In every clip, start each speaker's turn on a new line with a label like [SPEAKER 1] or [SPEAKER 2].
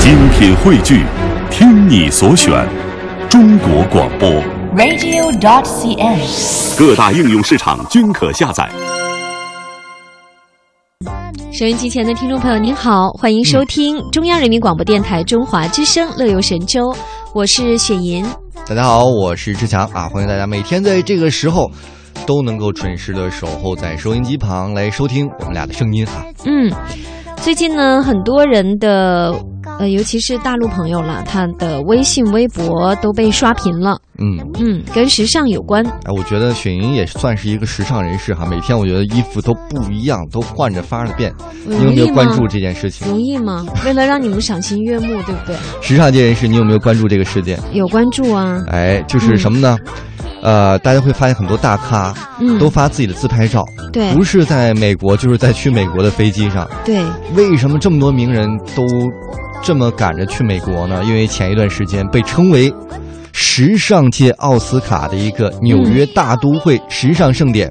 [SPEAKER 1] 精品汇聚，听你所选，中国广播。
[SPEAKER 2] radio.cn。
[SPEAKER 1] 各大应用市场均可下载。
[SPEAKER 3] 收音机前的听众朋友，您好，欢迎收听
[SPEAKER 4] 嗯
[SPEAKER 3] 中央人民广播电台中华之声《乐游神州》，我是雪莹。
[SPEAKER 4] 大家好，我是志强啊，欢迎大家每天在这个时候都能够准时的守候在收音机旁来收听我们俩的声音啊。
[SPEAKER 3] 嗯，最近呢，很多人的呃，尤其是大陆朋友啦，他的微信、微博都被刷屏了。
[SPEAKER 4] 嗯，
[SPEAKER 3] 嗯，跟时尚有关。
[SPEAKER 4] 哎，我觉得雪莹也算是一个时尚人士哈，每天我觉得衣服都不一样，都换着法儿的变。你有没有关注这件事情？
[SPEAKER 3] 容易吗？为了让你们赏心悦目，对不对？
[SPEAKER 4] 时尚界人士，你有没有关注这个事件？
[SPEAKER 3] 有关注啊。
[SPEAKER 4] 哎，就是什么呢？呃，大家会发现很多大咖
[SPEAKER 3] 嗯
[SPEAKER 4] 都发自己的自拍照，
[SPEAKER 3] 对
[SPEAKER 4] 不是在美国，就是在去美国的飞机上。
[SPEAKER 3] 对，
[SPEAKER 4] 为什么这么多名人都这么赶着去美国呢？因为前一段时间被称为时尚界奥斯卡的一个纽约大都会时尚盛典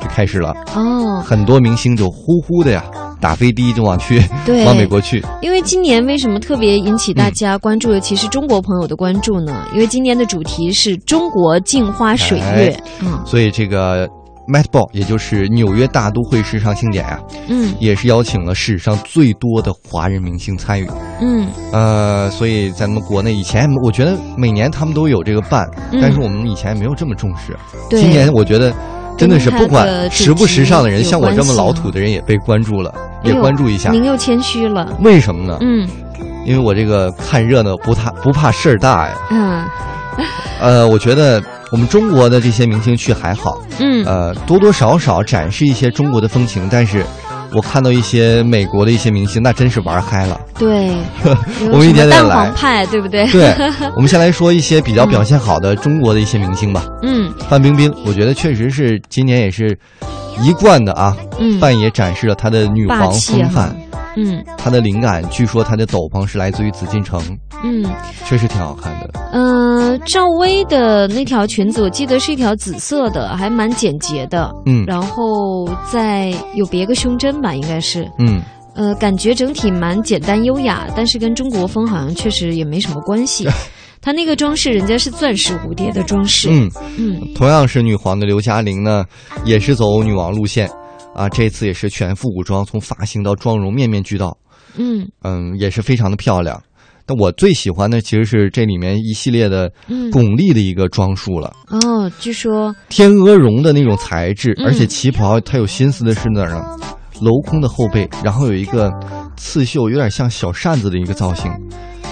[SPEAKER 4] 就开始了，
[SPEAKER 3] 哦，
[SPEAKER 4] 很多明星就呼呼的呀打飞的就往去
[SPEAKER 3] 对
[SPEAKER 4] 往美国去。
[SPEAKER 3] 因为今年为什么特别引起大
[SPEAKER 4] 嗯
[SPEAKER 3] 家关注，尤其是中国朋友的关注呢？因为今年的主题是中国镜花水月。
[SPEAKER 4] 哎
[SPEAKER 3] 嗯
[SPEAKER 4] 所以这个 Met Ball，也就是纽约大都会时尚庆典呀、啊
[SPEAKER 3] 嗯
[SPEAKER 4] 也是邀请了史上最多的华人明星参与。
[SPEAKER 3] 嗯
[SPEAKER 4] 呃，所以咱们国内以前我觉得每年他们都有这个办，
[SPEAKER 3] 嗯
[SPEAKER 4] 但是我们以前没有这么重视。
[SPEAKER 3] 对
[SPEAKER 4] 今年我觉得真的是
[SPEAKER 3] 跟
[SPEAKER 4] 不管
[SPEAKER 3] 它的主
[SPEAKER 4] 时不时尚的人，
[SPEAKER 3] 题有
[SPEAKER 4] 像我这么
[SPEAKER 3] 关系
[SPEAKER 4] 老土的人也被关注了，也
[SPEAKER 3] 哎呦
[SPEAKER 4] 关注一下。
[SPEAKER 3] 您又谦虚了。
[SPEAKER 4] 为什么呢？
[SPEAKER 3] 嗯
[SPEAKER 4] 因为我这个看热闹不怕不怕事儿大呀。
[SPEAKER 3] 嗯
[SPEAKER 4] 呃，我觉得我们中国的这些明星去还好，
[SPEAKER 3] 嗯，
[SPEAKER 4] 呃，多多少少展示一些中国的风情，但是。我看到一些美国的一些明星，那真是玩嗨了。
[SPEAKER 3] 对，
[SPEAKER 4] 我们一点点
[SPEAKER 3] 蛋
[SPEAKER 4] 来
[SPEAKER 3] 黄。派，对不对？
[SPEAKER 4] 对，我们先来说一些比较表现好的中国的一些明星吧。
[SPEAKER 3] 嗯
[SPEAKER 4] 范冰冰，我觉得确实是今年也是一贯的啊，
[SPEAKER 3] 嗯
[SPEAKER 4] 范也展示了她的女
[SPEAKER 3] 霸
[SPEAKER 4] 皇
[SPEAKER 3] 气
[SPEAKER 4] 风
[SPEAKER 3] 啊
[SPEAKER 4] 范，
[SPEAKER 3] 嗯
[SPEAKER 4] 她的灵感，据说她的斗篷是来自于紫禁城，
[SPEAKER 3] 嗯。
[SPEAKER 4] 确实挺好看的。
[SPEAKER 3] 嗯，赵薇的那条裙子，我记得是一条紫色的，还蛮简洁的。
[SPEAKER 4] 嗯
[SPEAKER 3] 然后再有别个胸针吧，应该是。
[SPEAKER 4] 嗯，
[SPEAKER 3] 呃，感觉整体蛮简单优雅，但是跟中国风好像确实也没什么关 系。它那个装饰，人家是钻石蝴蝶的装饰。
[SPEAKER 4] 嗯，
[SPEAKER 3] 嗯
[SPEAKER 4] 同样是女皇的刘嘉玲呢，也是走女王路线啊，这次也是全副武装，从发型到妆容面面俱到。
[SPEAKER 3] 嗯
[SPEAKER 4] 嗯，也是非常的漂亮。但我最喜欢的其实是这里面一系列的
[SPEAKER 3] 嗯
[SPEAKER 4] 巩俐的一个装束了，
[SPEAKER 3] 哦，据说
[SPEAKER 4] 天鹅绒的那种材质，
[SPEAKER 3] 嗯
[SPEAKER 4] 而且旗袍它有心思的是哪儿呢？镂空的后背，然后有一个刺绣，有点像小扇子的一个造型，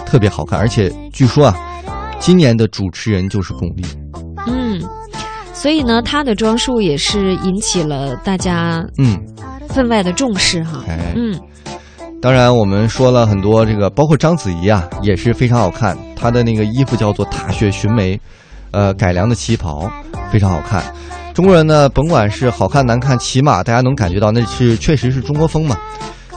[SPEAKER 4] 特别好看。而且据说啊，今年的主持人就是巩俐。
[SPEAKER 3] 嗯，所以呢，它的装束也是引起了大家
[SPEAKER 4] 嗯，
[SPEAKER 3] 分外的重视哈。
[SPEAKER 4] 哎，
[SPEAKER 3] 嗯
[SPEAKER 4] 当然我们说了很多这个，包括章子怡啊，也是非常好看。她的那个衣服叫做踏雪寻梅，呃，改良的旗袍非常好看。中国人呢，甭管是好看难看，起码大家能感觉到那是确实是中国风嘛。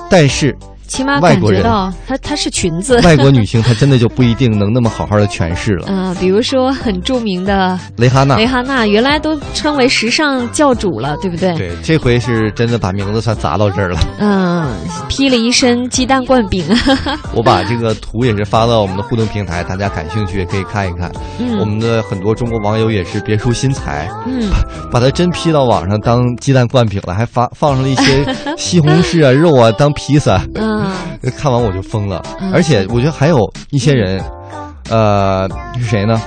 [SPEAKER 4] 但是
[SPEAKER 3] 起码
[SPEAKER 4] 外
[SPEAKER 3] 感
[SPEAKER 4] 国
[SPEAKER 3] 觉
[SPEAKER 4] 人
[SPEAKER 3] 到它它是裙子。
[SPEAKER 4] 外国女星她真的就不一定能那么好好的诠释了。
[SPEAKER 3] 嗯、比如说很著名的
[SPEAKER 4] 蕾哈娜
[SPEAKER 3] 蕾，哈娜，原来都称为时尚教主了，对不对？
[SPEAKER 4] 对，这回是真的把名字算砸到这儿 了。
[SPEAKER 3] 嗯、披了一身鸡蛋灌饼。
[SPEAKER 4] 我把这个图也是发到我们的互动平台，大家感兴趣也可以看一看。
[SPEAKER 3] 嗯
[SPEAKER 4] 我们的很多中国网友也是别出心裁，
[SPEAKER 3] 嗯，
[SPEAKER 4] 把它真 P 到网上当鸡蛋灌饼了，还发放上了一些西红 柿啊、肉啊当披萨，
[SPEAKER 3] 嗯
[SPEAKER 4] 看完我就疯了
[SPEAKER 3] 嗯。
[SPEAKER 4] 而且我觉得还有一些人，呃，是谁呢？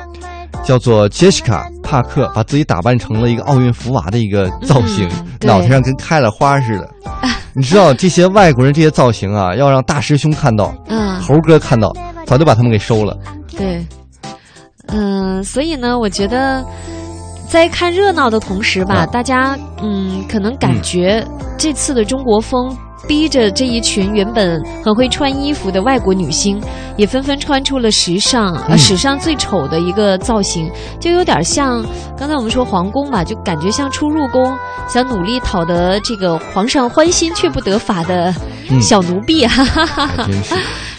[SPEAKER 4] 叫做 Jessica 帕克，把自己打扮成了一个奥运福娃的一个造型，
[SPEAKER 3] 嗯对啊
[SPEAKER 4] 脑袋上跟开了花似的。你知道这些外国人这些造型啊，要让大师兄看到，
[SPEAKER 3] 嗯，
[SPEAKER 4] 猴哥看到，早就把他们给 收了。
[SPEAKER 3] 对，嗯、所以呢，我觉得在看热闹的同时吧，
[SPEAKER 4] 嗯
[SPEAKER 3] 大家嗯，可能感觉这次的中国风。逼着这一群原本很会穿衣服的外国女星，也纷纷穿出了时尚呃
[SPEAKER 4] 嗯
[SPEAKER 3] 史上最丑的一个造型，就有点像刚才我们说皇宫吧，就感觉像初入宫，想努力讨得这个皇上欢心却不得法的
[SPEAKER 4] 嗯
[SPEAKER 3] 小奴婢，哈哈哈哈。啊
[SPEAKER 4] 还真是。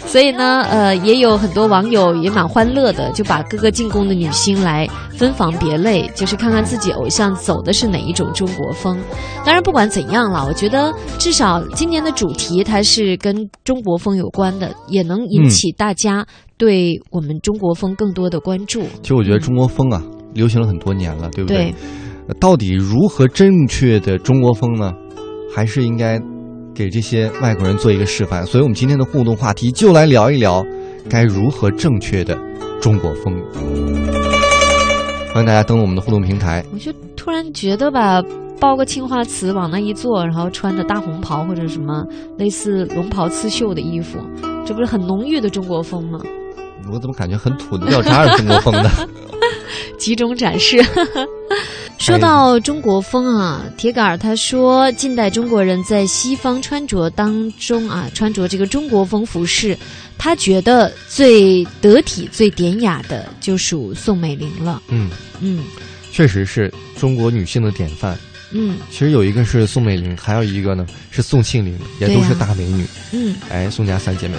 [SPEAKER 3] 所以呢，呃，也有很多网友也蛮欢乐的，就把各个进贡的女星来分房别类，就是看看自己偶像走的是哪一种中国风。当然，不管怎样了，我觉得至少今年的主题它是跟中国风有关的，也能引起大家对我们中国风更多的关注。
[SPEAKER 4] 其实我觉得中国风啊，流行了很多年了，嗯对不
[SPEAKER 3] 对，
[SPEAKER 4] 呃到底如何正确的中国风呢？还是应该给这些外国人做一个示范。所以我们今天的互动话题就来聊一聊，该如何正确的中国风。欢迎大家登录我们的互动平台。
[SPEAKER 3] 我就突然觉得吧，报个青花瓷往那一坐，然后穿着大红袍或者什么类似龙袍刺绣的衣服，这不是很浓郁的中国风吗？
[SPEAKER 4] 我怎么感觉很土的调查是中国风的？
[SPEAKER 3] 集中展示。 说到中国风啊，铁杆儿他说，近代中国人在西方穿着当中啊，穿着这个中国风服饰，他觉得最得体、最典雅的就属宋美龄了。
[SPEAKER 4] 嗯，
[SPEAKER 3] 嗯
[SPEAKER 4] 确实是中国女性的典范。
[SPEAKER 3] 嗯
[SPEAKER 4] 其实有一个是宋美龄，还有一个呢是宋庆龄，也都
[SPEAKER 3] 对呀
[SPEAKER 4] 是大美女。
[SPEAKER 3] 嗯，
[SPEAKER 4] 哎，宋家三姐妹，